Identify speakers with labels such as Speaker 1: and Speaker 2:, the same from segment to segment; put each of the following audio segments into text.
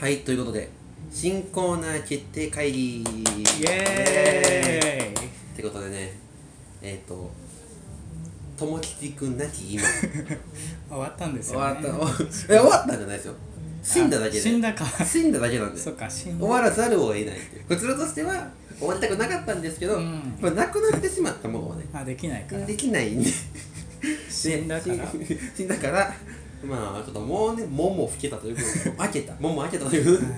Speaker 1: はいということで新コーナー決定会議イ
Speaker 2: イエーイ
Speaker 1: ってことでねえっ、とともきちくんなき今
Speaker 2: 終わったんです
Speaker 1: 終
Speaker 2: よ、
Speaker 1: わ
Speaker 2: ね
Speaker 1: っ、たおえ終わったんじゃないですよ死んだだけで
Speaker 2: あ死んだか
Speaker 1: 死んだだけなんで
Speaker 2: そっ
Speaker 1: 終
Speaker 2: か死んだ
Speaker 1: わらざるを得ないっていうこちらとしては終わりたくなかったんですけど、
Speaker 2: うん
Speaker 1: まあ、なくなってしまったものはね
Speaker 2: あできないから
Speaker 1: できないんで
Speaker 2: 死んだから
Speaker 1: 死んだからまあちょっともうね門も吹けたという ことで開けた門も開けたという
Speaker 2: はい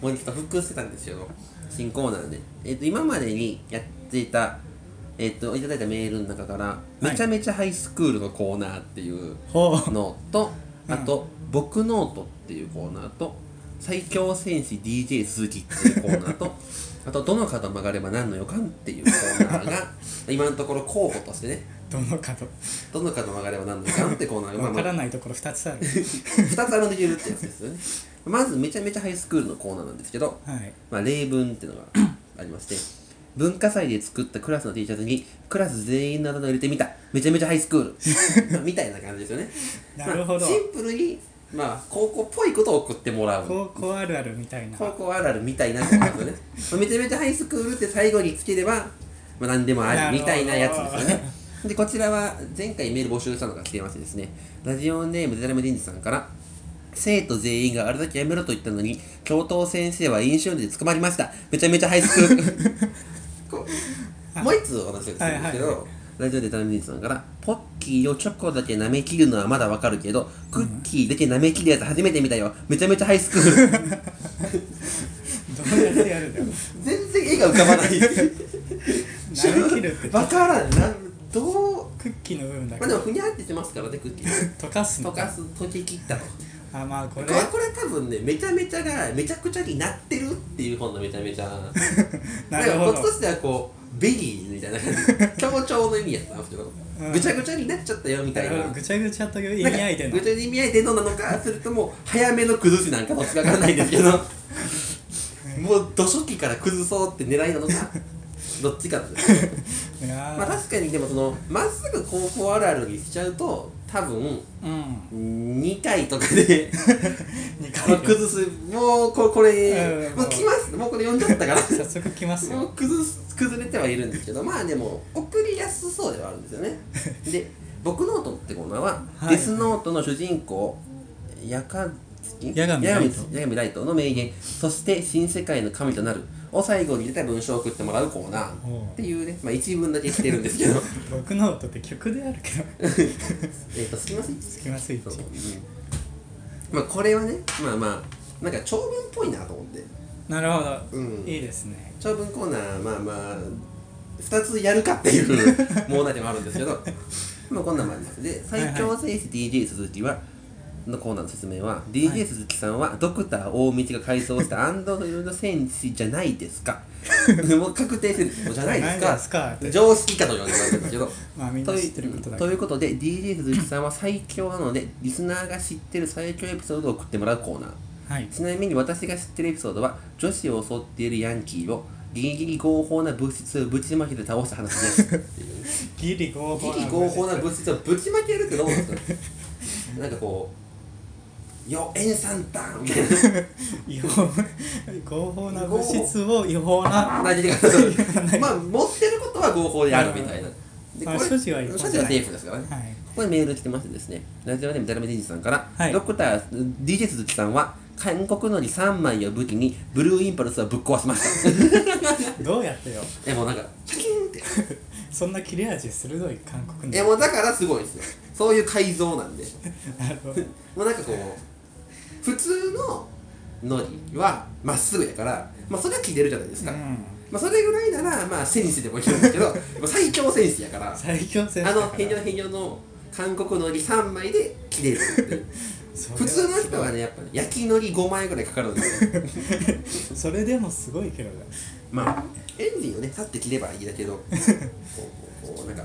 Speaker 1: もうちょっと復刻してたんですけど新コーナーで、えっと今までにやっていたえっ、といただいたメールの中から、
Speaker 2: い
Speaker 1: めちゃめちゃハイスクールのコーナーっていう
Speaker 2: ほう
Speaker 1: のと
Speaker 2: うん
Speaker 1: あと、僕ノートっていうコーナーと最強戦士 DJ 鈴木っていうコーナーと あとどの角曲がれば何の予感っていうコーナーが今のところ候補としてね
Speaker 2: どの角
Speaker 1: どの角曲がれば何の予感ってコーナーがまあ
Speaker 2: わ
Speaker 1: ま
Speaker 2: か
Speaker 1: あ
Speaker 2: らないところ2つある
Speaker 1: 2つあるんできるってやつですよねまずめちゃめちゃハイスクールのコーナーなんですけど、
Speaker 2: はい
Speaker 1: まあ、例文っていうのがありま して文化祭で作ったクラスの T シャツにクラス全員のあだ名を入れてみためちゃめちゃハイスクー ルみたいな感じですよね
Speaker 2: なるほど
Speaker 1: まあシンプルに、まあ、高校っぽいことを送ってもらう
Speaker 2: 高校あるあるみたいな
Speaker 1: 高校あるあるみたいなことですよねま あめちゃめちゃハイスクールって最後につければ、まあ、何でもあるみたいなやつですよ
Speaker 2: なる
Speaker 1: ねでこちらは前回メール募集したのが来てましてですねラジオネームデタラメデンジさんから生徒全員があれだけやめろと言ったのに教頭先生は飲酒運転で捕まりましためちゃめちゃハイスクール こうもう一つお話をするんですけど、
Speaker 2: はいは
Speaker 1: ラジオでタミミンさんから、ポッキーをチョコだけ舐め切るのはまだわかるけど、クッキーだけ舐め切るやつ初めて見たよ。めちゃめちゃハイスクール。
Speaker 2: どうやって やるんだよ
Speaker 1: 全然絵が浮か ばない
Speaker 2: 舐め切るって
Speaker 1: わからんなどう
Speaker 2: クッキーの部分だ
Speaker 1: ま
Speaker 2: け
Speaker 1: あでもふにゃってしてますからねクッキ ー
Speaker 2: 溶かすの
Speaker 1: 溶かす溶け切ったと
Speaker 2: あまあこ
Speaker 1: こ
Speaker 2: れ
Speaker 1: れこれ多分ねめちゃめちゃがめちゃくちゃになってるっていう本のめちゃめちゃ
Speaker 2: なるほ
Speaker 1: だからこっ
Speaker 2: ど
Speaker 1: ちとしてはこうベリーみたいな感 じ強調の意味やったんですけど、
Speaker 2: うん
Speaker 1: ぐちゃぐちゃになっちゃったよみたいな
Speaker 2: なるほどぐちゃぐちゃという意味合いで
Speaker 1: な
Speaker 2: の
Speaker 1: んかぐちゃぐちゃに意味合いでのなのかそれとも早めの崩しなんかもつかからないです けどもう土初期から崩そうって狙いなのかどっちかなんですよ
Speaker 2: いやー
Speaker 1: まあ確かにでもそのまっすぐ高校あるあるにしちゃうと多分
Speaker 2: うん
Speaker 1: 2回とかで
Speaker 2: 2
Speaker 1: まあ
Speaker 2: 回
Speaker 1: 崩すもうここれ、
Speaker 2: うん
Speaker 1: もう来ますもうこれ読んじゃったから
Speaker 2: 早速来ます
Speaker 1: もう
Speaker 2: よ
Speaker 1: 崩す崩れてはいるんですけどまあでも送りやすそうではあるんですよねで「僕ノート」ってコーナーは、
Speaker 2: はい
Speaker 1: デスノートの主人公やかつき
Speaker 2: 矢神ライト
Speaker 1: 矢神ライトの名言「そして新世界の神となる」を最後に出た文章を送ってもらうコーナーっていうね、まあ、一文だけしてるんですけど
Speaker 2: 僕ノートって曲であるけど
Speaker 1: えっと、すきません。
Speaker 2: スキマスイッ
Speaker 1: そう
Speaker 2: チ
Speaker 1: まあ、これはね、まあまあ、なんか長文っぽいなと思って。
Speaker 2: なるほど、
Speaker 1: うん
Speaker 2: いいですね
Speaker 1: 長文コーナー、まあまあ、二つやるかっていう問題でもあるんですけど、 まあこんなんもあります。で、最強戦士 DJ 鈴木は、のコーナーの説明は、
Speaker 2: は
Speaker 1: DJ
Speaker 2: い
Speaker 1: 鈴木さんはドクター大道が改造したアンドロイド戦士じゃないです かもう確定してるもうじゃないです
Speaker 2: ない
Speaker 1: か
Speaker 2: ですかって
Speaker 1: 常識かと言われてますけど
Speaker 2: まあみんな知ってることだけ
Speaker 1: と
Speaker 2: ど
Speaker 1: いうことで DJ 鈴木さんは最強なのでリスナーが知ってる最強エピソードを送ってもらうコーナー
Speaker 2: はい
Speaker 1: ちなみに私が知ってるエピソードは女子を襲っているヤンキーをギリギリ合法な物質をぶちまけて倒した話です
Speaker 2: ギリ合
Speaker 1: ギ
Speaker 2: 法
Speaker 1: リ合法な
Speaker 2: 物
Speaker 1: 物質をぶちまけるってどうなんです かなんかこう「よ塩酸炭」みたいな
Speaker 2: 違法合法 な物質を違法な
Speaker 1: 何が まあ持ってることは合法であるみたいなで
Speaker 2: まあ所持は一
Speaker 1: 所
Speaker 2: 般
Speaker 1: 持はセーフですからね
Speaker 2: はい
Speaker 1: ここにメール来てましてですね、ラジオネームダラメデンジさんから、
Speaker 2: はい
Speaker 1: ドクター、DJ 鈴木さんは、韓国のり3枚を武器に、ブルーインパルスはぶっ壊しました。
Speaker 2: どうやってよ
Speaker 1: え、もうなんか、シャキー ンって。
Speaker 2: そんな切れ味鋭い韓国
Speaker 1: え、
Speaker 2: の
Speaker 1: もうだからすごいですよ。そういう改造なんで。
Speaker 2: なるほど
Speaker 1: もうなんかこう、普通ののりはまっすぐやから、まあそれは切れるじゃないですか。
Speaker 2: うん
Speaker 1: まあそれぐらいなら、まあ戦士でもいいんですけど、 もう最強戦士や から、
Speaker 2: 最強戦士
Speaker 1: あ
Speaker 2: だから
Speaker 1: の、変形変形の韓国のり3枚で切れるっていう。
Speaker 2: それ
Speaker 1: 普通の人はねやっぱね焼きのり5枚ぐらいかかるんですよ
Speaker 2: それでもすごいけどね
Speaker 1: まあエンジンをねさって切ればいいだけどこうこうこうなんか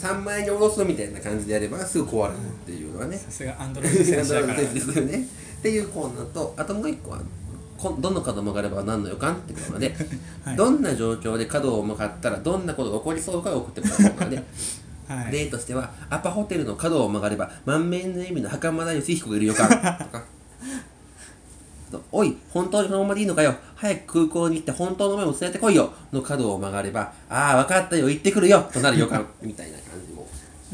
Speaker 1: 3枚におろすみたいな感じでやればすぐ壊れるっていうのはね
Speaker 2: さすがアンドロイド
Speaker 1: 選
Speaker 2: 選
Speaker 1: 手
Speaker 2: 手 だ
Speaker 1: だ
Speaker 2: か
Speaker 1: から
Speaker 2: ら
Speaker 1: ですよね。っていうコーナーとあともう一個はこんどの角を曲がれば何の予感ってコーナーで、
Speaker 2: はい
Speaker 1: どんな状況で角を曲がったらどんなことが起こりそうかを送ってもらうコーナーで、
Speaker 2: はい
Speaker 1: 例としてはアパホテルの角を曲がれば満面の笑みの袴田義彦がいる予感とか とおい、本当にこのままでいいのかよ。早く空港に行って本当の思いを伝えてこいよ。の角を曲がれば、ああ、わかったよ、行ってくるよ。となる予 感、みたいな感じも。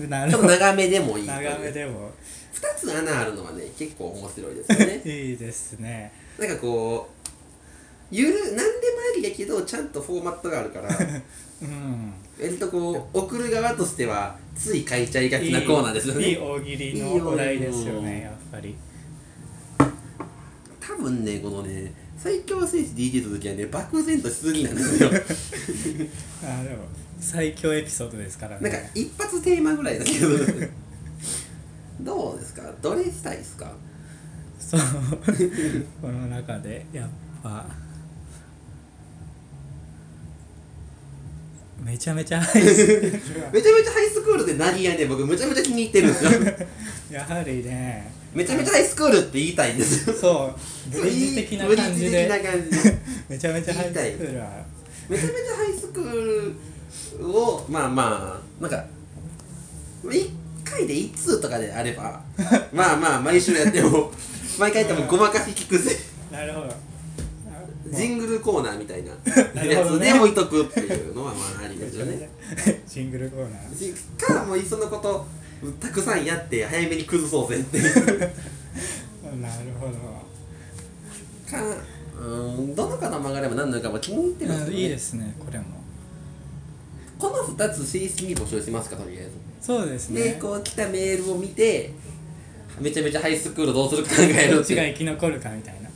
Speaker 2: なる
Speaker 1: ちょっ
Speaker 2: ほ
Speaker 1: と
Speaker 2: ど
Speaker 1: 長めでもいい。
Speaker 2: 長めでも。
Speaker 1: 二つ穴あるのはね、結構面白いですよね
Speaker 2: いいですね
Speaker 1: なんかこう、ゆる、なんでもありだけど、ちゃんとフォーマットがある から、
Speaker 2: うん
Speaker 1: 割とこう、送る側としては、つい書いちゃいがちなコーナーですよね。
Speaker 2: いいいい大喜利のお題ですよねやっぱり
Speaker 1: 多分ね、このね、最強戦士 DJ の時はね、漠然としすぎなんですよ。
Speaker 2: あでも最強エピソードですから
Speaker 1: なんか
Speaker 2: ね
Speaker 1: 一発テーマぐらいだけど どうですかどれしたいですか
Speaker 2: そうこの中でやっぱめちゃめちゃハイス
Speaker 1: めちゃめちゃハイスクールで何やねん僕めちゃめちゃ気に入ってるんですよ
Speaker 2: やはりね
Speaker 1: めちゃめちゃハイスクールって言いたいんですよ
Speaker 2: そうブリッジ的な感じ
Speaker 1: ブリッジ
Speaker 2: で
Speaker 1: 的な感じで
Speaker 2: めちゃめちゃハイスクールは
Speaker 1: めちゃめちゃハイスクールをまあまあなんか1回で1通とかであればまあまあ毎週やっても毎回やってもごまかし聞くぜ
Speaker 2: なるほどあ
Speaker 1: ジングルコーナーみ たいな
Speaker 2: なる
Speaker 1: や
Speaker 2: ほ
Speaker 1: つ
Speaker 2: どね
Speaker 1: で置いとくっていうのはまあありですよね
Speaker 2: ジングルコーナー
Speaker 1: かもういっそのことたくさんやって早めに崩そうぜっていうか
Speaker 2: なるほ
Speaker 1: うんどの方曲がれば何なのかも気に入ってるんです
Speaker 2: ど
Speaker 1: けど、ね、
Speaker 2: いいですねこれも
Speaker 1: この2つ正式に募集しますかとりあえず
Speaker 2: そうです
Speaker 1: で
Speaker 2: ね
Speaker 1: こう来たメールを見てめちゃめちゃハイスクールどうするか考え
Speaker 2: ど
Speaker 1: る
Speaker 2: っ
Speaker 1: って
Speaker 2: ち
Speaker 1: い
Speaker 2: が
Speaker 1: う
Speaker 2: 生き残るかみたいな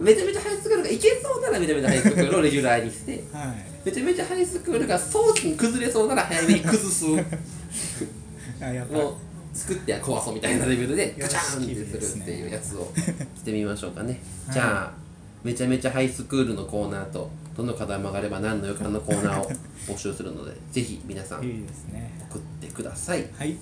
Speaker 1: めちゃめちゃハイスクールがいけそうならめちゃめちゃハイスクールをレギュラーにして
Speaker 2: はい
Speaker 1: めちゃめちゃハイスクールが早期に崩れそうなら早めに崩す
Speaker 2: あやっぱ
Speaker 1: もう作っては壊そうみたいなレベルでガチャンってするっていうやつをしてみましょうかね
Speaker 2: はい
Speaker 1: じゃあめちゃめちゃハイスクールのコーナーとどの課題も上がれば何の予感のコーナーを募集するのでぜひ皆さん
Speaker 2: いいですね
Speaker 1: 送ってください
Speaker 2: はい